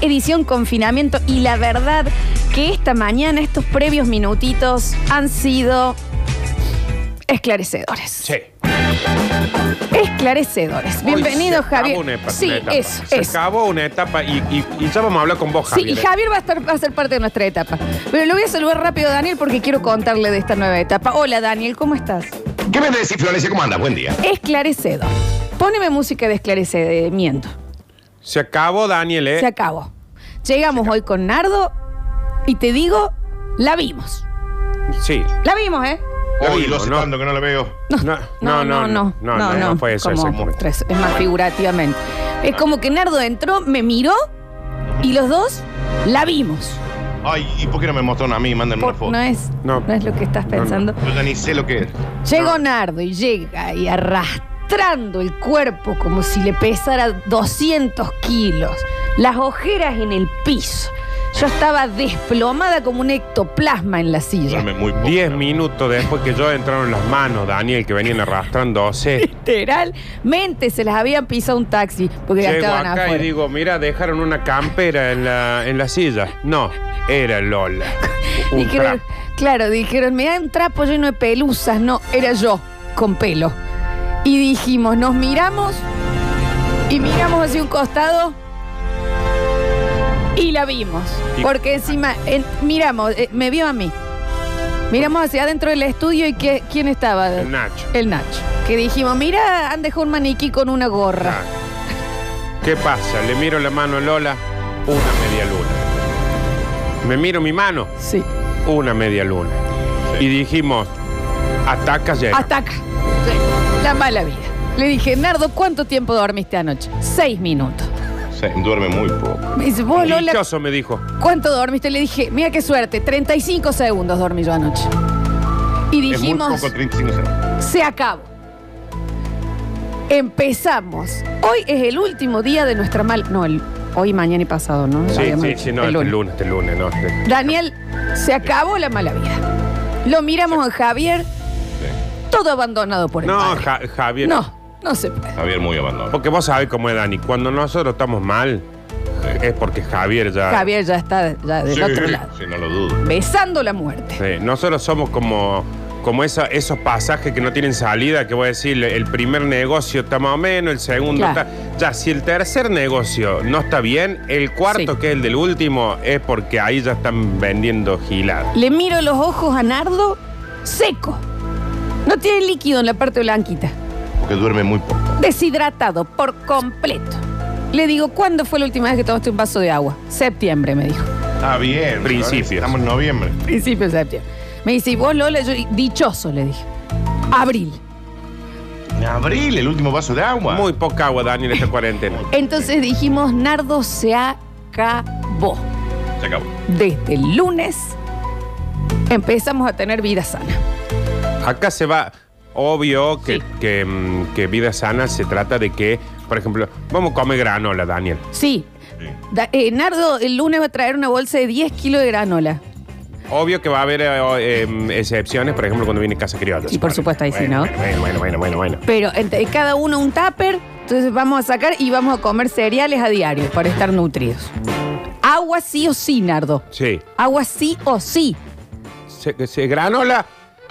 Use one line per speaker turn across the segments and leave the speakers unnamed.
edición confinamiento. Y la verdad que esta mañana estos previos minutitos han sido esclarecedores.
Sí.
Esclarecedores.
Hoy
Bienvenido,
se acabó
Javier.
una etapa,
sí,
una etapa.
eso,
Se
eso.
acabó una etapa y, y- y ya vamos a hablar con vos,
Sí,
Javier. ¿eh?
y Javier va a, estar, va a ser parte de nuestra etapa. Pero lo voy a saludar rápido a Daniel porque quiero contarle de esta nueva etapa. Hola, Daniel, ¿cómo estás?
¿Qué me decís, Florencia? ¿Cómo andas? Buen día.
Esclarecedor. Póneme música de esclarecimiento.
Se acabó, Daniel, ¿eh?
Se acabó. Llegamos hoy con Nardo y te digo, la vimos.
sí.
La vimos, ¿eh?
La
Hoy
vimos,
lo sé
¿no?
tanto que no la veo.
No, no, no, no, no, no, no fue eso,
como
exactamente.
tres, es más figurativamente. Es como que Nardo entró, me miró y los dos la vimos.
Ay, ¿y por qué no me mostraron a mí? Mándenme
Por-
una foto.
no, es, no.
No.
es lo que estás
No, no.
pensando.
Yo ya ni sé lo que es.
Llegó Nardo y llega y arrastrando el cuerpo como si le pesara 200 kilos, las ojeras en el piso. Yo estaba desplomada como un ectoplasma en la silla.
Duerme muy poco.
Diez minutos después que yo entraron las manos, Daniel, que venían arrastrándose.
Literalmente se las habían pisado un taxi porque ya
Llego
estaban
acá
afuera.
y digo, mira, dejaron una campera en la, en la silla. No, era Lola. Un
Dijeron-
trapo.
claro, dijeron, me dan un trapo lleno de pelusas. No, era yo, con pelo. Y dijimos, nos miramos y miramos hacia un costado y la vimos.
Y-
Porque encima, en- miramos, eh, me vio a mí. Miramos hacia adentro del estudio y ¿qué- ¿quién estaba?
El Nacho.
El Nacho. Que dijimos, mira, han dejado un maniquí con una gorra.
Ah. ¿Qué pasa? Le miro la mano a Lola, una media luna. Me miro mi mano,
Sí.
una media luna. Y dijimos, ataca ya.
Hasta acá. Sí. La mala vida. Le dije, Nardo, ¿cuánto tiempo dormiste anoche? Seis minutos.
Sí, duerme muy poco.
Me dice, vos, Lola,
Dichoso me dijo.
¿cuánto dormiste? Le dije, mira qué suerte, 35 segundos dormí yo anoche. Y
Es
dijimos,
muy poco 35 segundos.
se acabó. Empezamos. Hoy es el último día de nutra mal. No, el- hoy, mañana y pasado, ¿no?
Sí,
Habíamos
sí,
dicho,
sí, no,
el lunes.
este lunes, no. este-
Daniel, se acabó la mala vida. Lo miramos a Javier, todo abandonado por el
No,
padre.
Ja- Javier.
No, no se puede.
Javier muy abandonado.
Porque vos sabés cómo es Dani. Cuando nosotros estamos mal, es porque Javier ya.
Javier ya está ya del
Sí,
otro lado.
sí, no lo dudo.
Besando la muerte.
Sí, nosotros somos como, como esa- esos pasajes que no tienen salida, que voy a decir, el primer negocio está más o menos, el segundo
Claro.
está. Ya, si el tercer negocio no está bien, el cuarto,
Sí.
que es el del último, es porque ahí ya están vendiendo giladas.
Le miro los ojos a Nardo seco. No tiene líquido en la parte blanquita.
Porque duerme muy poco.
Deshidratado por completo. Le digo, ¿cuándo fue la última vez que tomaste un vaso de agua? Septiembre, me dijo.
Está bien.
Principios.
Florencia, Estamos en noviembre.
Principio de septiembre. Me dice, ¿y vos, Lola? Yo, dichoso, le dije. Abril.
En abril, el último vaso de agua.
Muy poca agua, Dani, en esta cuarentena.
Entonces dijimos, Nardo se acabó.
Se acabó.
Desde el lunes empezamos a tener vida sana.
Acá se va. Obvio que,
Sí.
que, mm, que vida sana se trata de que, por ejemplo, vamos a comer granola, Daniel.
Sí.
Sí.
Da- eh, Nardo el lunes va a traer una bolsa de 10 kilos de granola.
Obvio que va a haber eh, oh, em, excepciones, por ejemplo, cuando viene Casa Criolla.
Y por supuesto, ahí sí,
Bueno,
¿no?
Bueno, bueno, bueno, bueno, bueno.
Pero entre cada uno un tupper, entonces vamos a sacar y vamos a comer cereales a diario para estar nutridos. Agua sí o sí, Nardo.
Sí.
Agua sí o sí.
Se, se- granola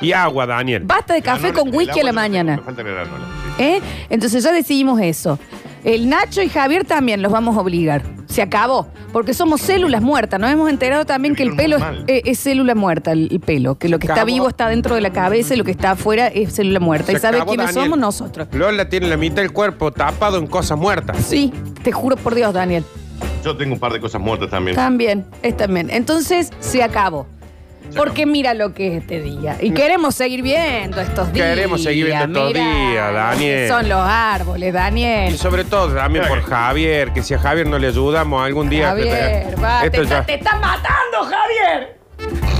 y agua, Daniel.
Basta de café
Granola,
con whisky a
el
la
agua yo no tengo,
mañana.
Me falta la granola. sí.
¿eh? Entonces ya decidimos eso. El Nacho y Javier también los vamos a obligar. Se acabó. Porque somos células muertas. Nos hemos enterado también que el
Vivieron
pelo
muy mal.
es, es célula muerta, el, el pelo. Que lo que está
acabó.
vivo está dentro de la cabeza y lo que está afuera es célula muerta. ¿Y
Se
sabe
acabó,
quiénes
Daniel.
somos? Nosotros.
Lola tiene la mitad del cuerpo tapado en cosas muertas.
Sí, te juro por Dios, Daniel.
Yo tengo un par de cosas muertas también.
También, es también. Entonces se acabó.
Se
Porque mira lo que es este día. Y queremos seguir viendo estos días.
Queremos seguir viendo estos
Mirá
días, Daniel.
Son los árboles,
Y
Daniel.
sobre todo también por Javier, que si a Javier no le ayudamos algún día.
Javier, va, te,
esto
está-
ya-
te están matando, Javier.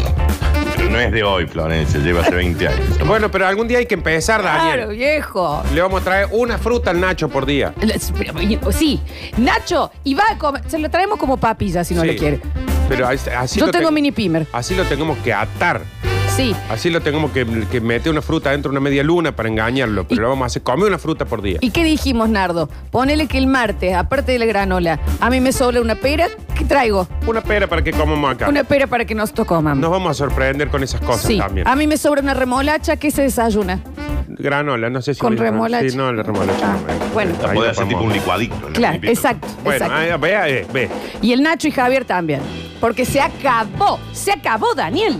Pero no es de hoy, Florencia. Lleva hace 20 años.
Bueno, pero algún día hay que empezar,
Claro,
Daniel.
viejo.
Le vamos a traer una fruta al Nacho por día.
Les- pero, y- Sí, Nacho, y va a comer. Se lo traemos como papilla si no
Sí.
lo quiere.
Pero as- así
Yo
lo
tengo
ten-
mini pimer.
Así lo tenemos que atar.
así.
Así lo tenemos que, que meter una fruta dentro de una media luna para engañarlo, pero
Y-
lo vamos a hacer comer una fruta por día.
¿Y qué dijimos, Nardo? Ponele que el martes, aparte de la granola, a mí me sobra una pera, ¿qué traigo?
Una pera para que comamos acá.
Una pera para que nosotros comamos.
Nos vamos a sorprender con esas cosas
sí.
también.
A mí me sobra una remolacha que se desayuna.
Granola, no sé si.
Con
hay granola.
remolacha.
Sí, no, la remolacha.
Ah,
no. eh.
bueno.
Ahí
La
la
podés hacer tipo
podemos-
un licuadito. ¿no?
Claro,
Limpito.
exacto.
Bueno,
exacto.
ahí- vea, eh, ve.
Y el Nacho y Javier también. Porque se acabó, se acabó, Daniel.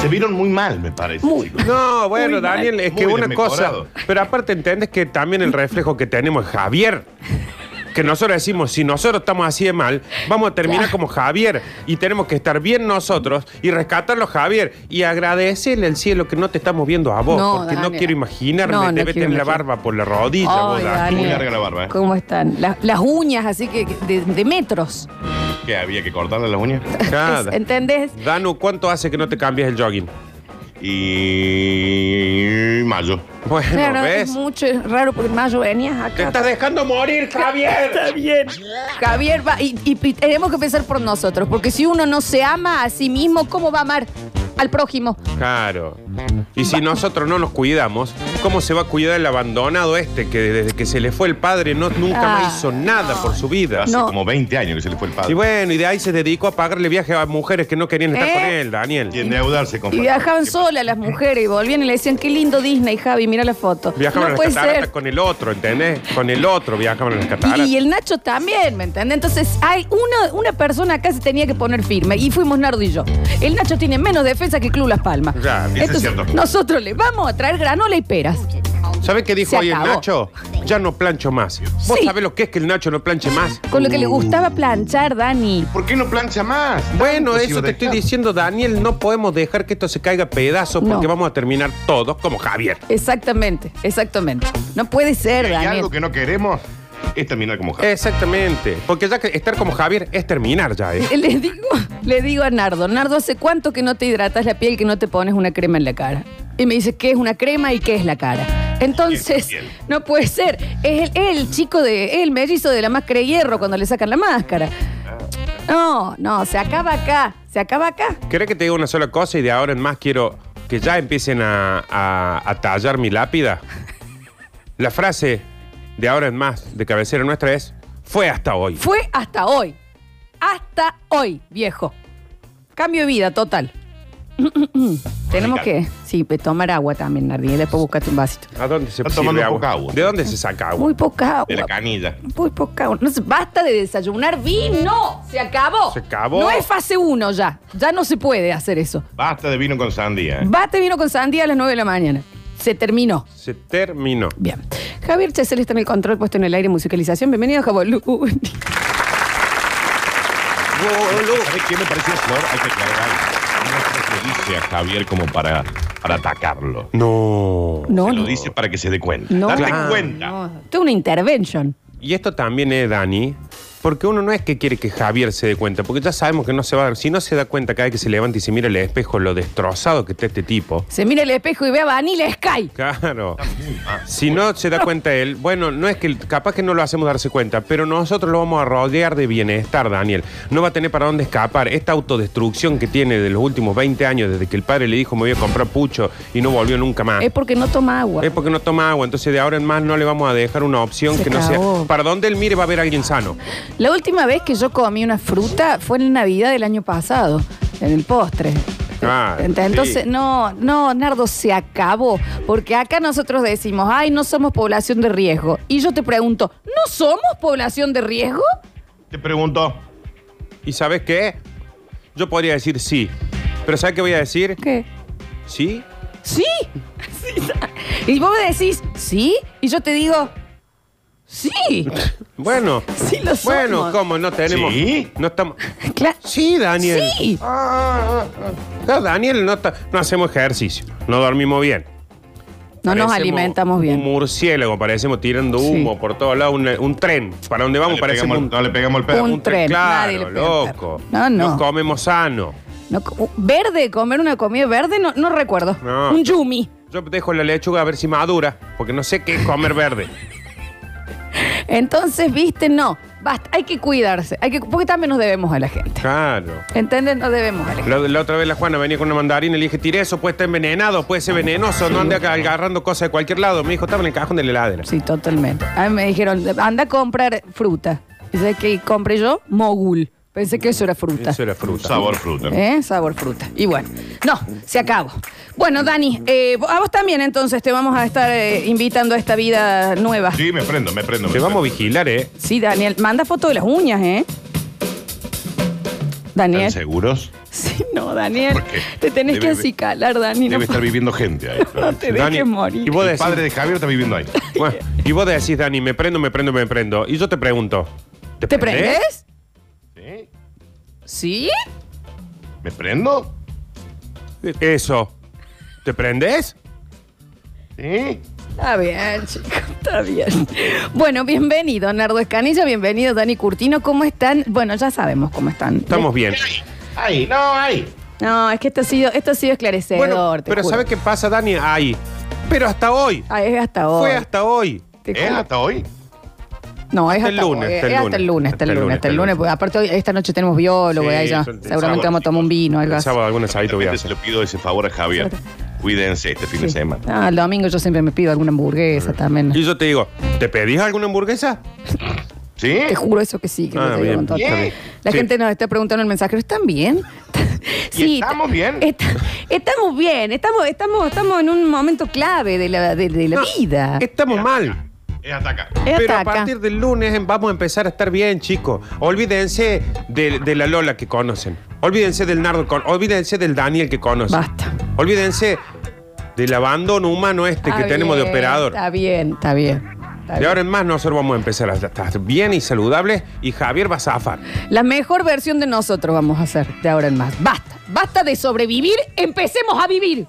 Se vieron muy mal, me parece.
Muy
chicos.
No, bueno,
Muy mal.
Daniel, es que
Muy
una cosa.
desmejorado.
Pero aparte entiendes que también el reflejo que tenemos es Javier. Que nosotros decimos, si nosotros estamos así de mal, vamos a terminar como Javier. Y tenemos que estar bien nosotros y rescatarlo a Javier. Y agradecerle al cielo que no te estamos viendo a vos.
No,
porque no
Daniel.
quiero imaginarme,
No,
te
no
meten
quiero
la
imaginar.
barba por la rodilla,
Ay,
vos, Dani.
Muy
Daniel.
larga la barba, ¿eh?
¿Cómo están? Las, las uñas, así que que de, de metros.
¿Qué había que cortarle las uñas?
Nada.
Es- ¿Entendés?
Danu, ¿cuánto hace que no te cambias el jogging?
Y. Mayo.
Bueno,
Claro, es
¿ves?
mucho, es raro porque en mayo venías
Te
acá.
estás dejando morir, Javier.
Está bien. Javier va. Y, y- y tenemos que pensar por nosotros, porque si uno no se ama a sí mismo, ¿cómo va a amar al prójimo?
Claro. Y si nosotros no nos cuidamos, ¿cómo se va a cuidar el abandonado este que desde que se le fue el padre no, nunca
Ah,
más hizo nada por su vida?
Hace
No.
como 20 años que se le fue el padre.
Y bueno, y de ahí se dedicó a pagarle viajes a mujeres que no querían estar
¿Eh?
con él, Daniel.
Y endeudarse con.
Y viajaban solas las mujeres y volvían y le decían, qué lindo Disney, Javi, mira la foto.
Viajaban
no
a
puede
las cataratas
ser.
con el otro, ¿entendés? Con el otro viajaban a las cataratas.
Y, y el Nacho también, ¿me entiendes? Entonces, hay una, una persona acá se tenía que poner firme y fuimos Nardo y yo. El Nacho tiene menos defensa que el Club Las Palmas.
Ya, eso
es cierto.
nosotros le vamos a traer granola y peras.
¿Sabés qué dijo
Se
hoy el
acabó.
Nacho? Ya no plancho más. ¿Vos
Sí.
sabés lo que es que el Nacho no planche más?
Con lo que le
Uh.
gustaba planchar, Dani.
¿Por qué no plancha más?
Bueno,
Tanto si
eso
iba
te
a
estoy
dejar.
diciendo, Daniel. No podemos dejar que esto se caiga a pedazos
No.
porque vamos a terminar todos como Javier.
Exactamente, exactamente. No puede ser,
Si hay
Daniel.
algo que no queremos es terminar como
Eh.
Javier.
Exactamente. Porque ya que estar como Javier es terminar ya, ¿eh?
Le digo, le digo a Nardo, Nardo, ¿hace cuánto que no te hidratas la piel que no te pones una crema en la cara? Y me dice, ¿qué es una crema y qué es la cara? Entonces,
Bien, bien.
no puede ser. Es el, es el chico de, es el mellizo de la máscara de hierro cuando le sacan la máscara.
Ah.
No, no, se acaba acá, se acaba acá.
¿Querés que te diga una sola cosa y de ahora en más quiero que ya empiecen a, a- a tallar mi lápida? La frase de ahora en más de cabecera nuestra es, fue hasta hoy.
Fue hasta hoy. Hasta hoy, viejo. Cambio de vida total. Tenemos que, sí, pe- tomar agua también, Nardi. y Después buscate un vasito.
¿A dónde se
Está
sirve
tomando poca agua.
¿De dónde se saca agua?
Muy poca agua.
De la canilla.
Muy poca agua. No se- basta de desayunar vino. Se acabó.
Se acabó.
No es fase 1 ya. Ya no se puede hacer eso.
Basta de vino con sandía. ¿eh?
Bate vino con sandía a las 9 de la mañana. Se terminó.
Se terminó.
Bien. Javier Chesel está en el control puesto en el aire musicalización. Bienvenido, Jabolú.
¿Sabes qué me parecía flor? Hay que aclarar. No se lo dice a Javier como para, para atacarlo.
No.
No,
se lo
no.
dice para que se dé cuenta.
No.
Date
Claro.
cuenta.
No. Esto es una intervention.
Y esto también es, Dani, porque uno no es que quiere que Javier se dé cuenta, porque ya sabemos que no se va a dar. Si no se da cuenta cada vez que se levanta y se mira el espejo, lo destrozado que está este tipo.
Se mira el espejo y ve a Vanilla Sky.
Claro. Si no se da cuenta él, bueno, no es que capaz que no lo hacemos darse cuenta, pero nosotros lo vamos a rodear de bienestar, Daniel. No va a tener para dónde escapar. Esta autodestrucción que tiene de los últimos 20 años, desde que el padre le dijo me voy a comprar pucho y no volvió nunca
Ah.
más.
Es porque no toma agua.
Eh.
Es porque no toma agua, entonces de ahora en más no le vamos a dejar una opción
Se
que no
cagó.
sea. Para donde él mire va a haber alguien sano.
La última vez que yo comí una fruta fue en Navidad del año pasado, en el postre.
Ah,
Ent- Entonces,
sí.
no, no, Nardo, se acabó. Porque acá nosotros decimos, ay, no somos población de riesgo. Y yo te pregunto, ¿no somos población de riesgo?
Te pregunto,
¿Y sabes qué? Yo podría decir sí. Pero ¿sabes qué voy a decir?
¿Qué?
Sí.
Sí. Sí, sa- Y vos me decís, ¿sí? Y yo te digo, sí.
Bueno.
Sí, lo somos.
Bueno, ¿cómo? No tenemos.
¿Sí?
No estamos.
Cla-
Sí, Daniel.
Sí.
Ah, ah, ah. No, Daniel, no, ta- no hacemos ejercicio. No dormimos bien.
No nos
Parecemos
alimentamos
Un
bien.
murciélago, parecemos tirando humo
Sí.
por todos lados. una- Un, tren. Para donde
no
vamos
le,
parecemos
pegamos,
un,
no le pegamos el pedo.
Un- tren.
Claro,
Nadie le pega un perro.
loco.
No, no.
comemos sano.
No co- verde, comer una comida verde, no, no recuerdo.
No.
Un yumi.
Yo dejo la lechuga a ver si madura, porque no sé qué es comer verde.
Entonces, viste, no. Basta, hay que cuidarse, hay que, porque también nos debemos a la gente.
Claro.
¿Entendés? Nos debemos a la gente.
La, la otra vez la Juana venía con una mandarina y le dije, tiré eso, puede estar envenenado, puede ser venenoso, no ande acá agarrando cosas de cualquier lado. Me dijo, estaba en el cajón de la heladera.
Sí, totalmente. A mí me dijeron, anda a comprar fruta. ¿Y sabes qué compré yo? Mogul. Pensé que eso era fruta.
Eso era fruta.
Sabor fruta.
¿Eh? Sabor fruta. Y bueno, no, se acabó. Bueno, Dani, eh, a vos también entonces te vamos a estar eh, invitando a esta vida nueva.
Sí, me prendo, me prendo. me
Te vamos a
prendo.
vigilar, ¿eh?
Sí, Daniel, manda foto de las uñas, ¿eh?
¿Están
Daniel.
seguros?
Sí, no, Daniel.
¿Por qué?
Te tenés
Debe-
que acicalar, Dani. No,
Debe estar viviendo gente ahí.
no te
Dani,
dejes morir.
y vos
El
decís,
padre de Javier está viviendo ahí.
bueno, y vos decís, Dani, me prendo, me prendo, me prendo. Y yo te pregunto, ¿te,
¿Te prendes?
¿Sí?
¿Sí?
¿Me prendo?
prendes? Eso. ¿Te prendes?
¿Sí?
Está bien, chicos, está bien. Bueno, bienvenido, Nardo Escanilla, bienvenido, Dani Curtino. ¿Cómo están? Bueno, ya sabemos cómo están.
Estamos bien.
Ahí, no, ahí.
No, es que esto ha sido, esto ha sido esclarecedor.
Bueno,
te
pero
juro.
¿sabes qué pasa, Dani? Ahí. Pero hasta hoy.
Ah, es hasta hoy.
Fue hasta hoy.
Te
¿Eh?
juro.
¿Hasta hoy?
No, es hasta,
el lunes,
hoy,
hasta el
es hasta el lunes, hasta el lunes, hasta el lunes. porque Aparte, hoy- esta noche tenemos biólogo
Sí,
y ahí ya.
el
Seguramente
sábado,
vamos a tomar un vino, algo
El
así.
sábado algún
Ahí
asadito voy a
se
hacer.
lo pido ese favor a Javier. Cuídense este fin de semana.
Ah, el domingo yo siempre me pido alguna hamburguesa también.
Y yo te digo, ¿te pedís alguna hamburguesa?
¿Sí?
Te juro eso que sí, que
Ah,
lo te digo
bien.
con toda
Bien.
claridad. La
Sí.
gente nos está preguntando en el mensaje, ¿están bien?
estamos bien?
est- estamos bien, estamos, estamos, estamos en un momento clave de la, de, de la
No,
vida.
Estamos mal.
Es Eh, hasta acá.
Es
Pero
hasta
a
acá.
partir del lunes em- vamos a empezar a estar bien, chicos. Olvídense de, de la Lola que conocen. Olvídense del Nardo, con- olvídense del Daniel que conocen.
Basta.
Olvídense del abandono humano este
Está
que tenemos de
bien,
operador.
Está bien, está bien. está
De
bien.
ahora en más nosotros vamos a empezar a estar bien y saludables y Javier va a zafar.
La mejor versión de nosotros vamos a hacer de ahora en más. Basta, basta de sobrevivir, empecemos a vivir.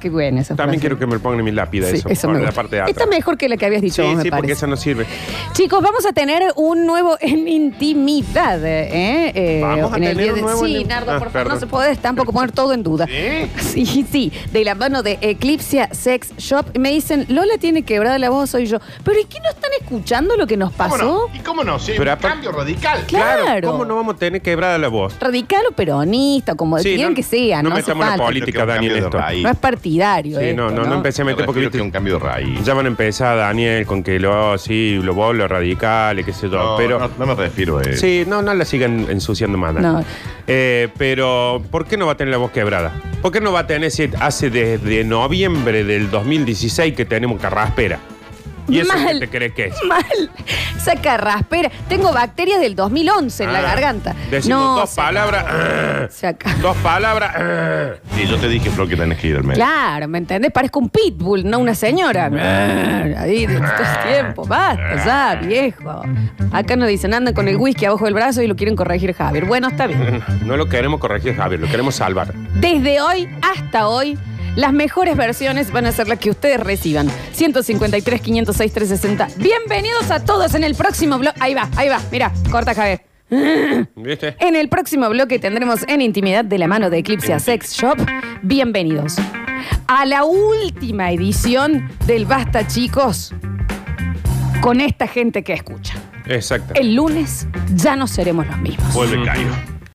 Qué buena esa
También
frase.
quiero que me pongan en mi lápida
Sí,
eso,
eso
por
me
la
gusta.
parte de atrás.
Está mejor que la que habías dicho
sí,
vos, me
sí, porque
parece.
eso no sirve.
Chicos, vamos a tener un nuevo en intimidad. ¿eh? Eh,
Vamos a
en el
tener
día
un
de-
nuevo en
Sí,
in-
Nardo,
Ah,
por favor,
perdón.
no se puede tampoco poner todo en duda.
¿Sí?
Sí, sí, de la mano de Eclipse Sex Shop. Me dicen, Lola tiene quebrada la voz, soy yo. Pero ¿y qué no están escuchando lo que nos
¿Cómo
pasó?
no? ¿Y cómo no? Sí,
Pero
un
aparte-
cambio radical.
Claro.
¿Cómo no vamos a tener quebrada la voz?
Radical o peronista, como
Sí,
quieran
no-
que sea.
no
No, hace
metamos la
falta.
poli- Política,
Creo que un
Daniel,
cambio de
esto.
raíz.
no es partidario.
Sí, no,
esto,
no, no empecé a meter porque
Refiero
viste,
que un cambio de raíz.
Ya van a empezar, Daniel, con que lo, sí, lo vos, lo radical, y qué sé yo.
No,
pero,
no, no me refiero a eso.
Sí, no, no la sigan ensuciando más. Dani.
No.
Eh, pero, ¿por qué no va a tener la voz quebrada? ¿Por qué no va a tener si hace desde noviembre del 2016 que tenemos carraspera? ¿Y eso
Mal.
qué te crees que es?
Mal. Esa carraspera. Tengo bacterias del 2011 en la
Ah,
garganta.
Decimos dos
se
palabras. eh,
acabó. Se acabó.
Dos palabras. ah.
Sí, yo te dije, Flo, que tenés que ir al médico.
Claro, ¿me entendés? Parezco un pitbull, no una señora. Ahí de estos tiempos. Basta ya, viejo. Acá nos dicen, andan con el whisky abajo del brazo y lo quieren corregir Javier. Bueno, está bien.
No lo queremos corregir, Javier, lo queremos salvar.
Desde hoy hasta hoy, las mejores versiones van a ser las que ustedes reciban. 153, 506, 360. Bienvenidos a todos en el próximo blog. Ahí va, ahí va. Mira, corta Javier.
¿Viste?
En el próximo bloque tendremos en intimidad de la mano de Eclipse a Sex Shop. Bienvenidos a la última edición del Basta Chicos con esta gente que escucha.
Exacto.
El lunes ya no seremos los mismos.
Vuelve Cairo.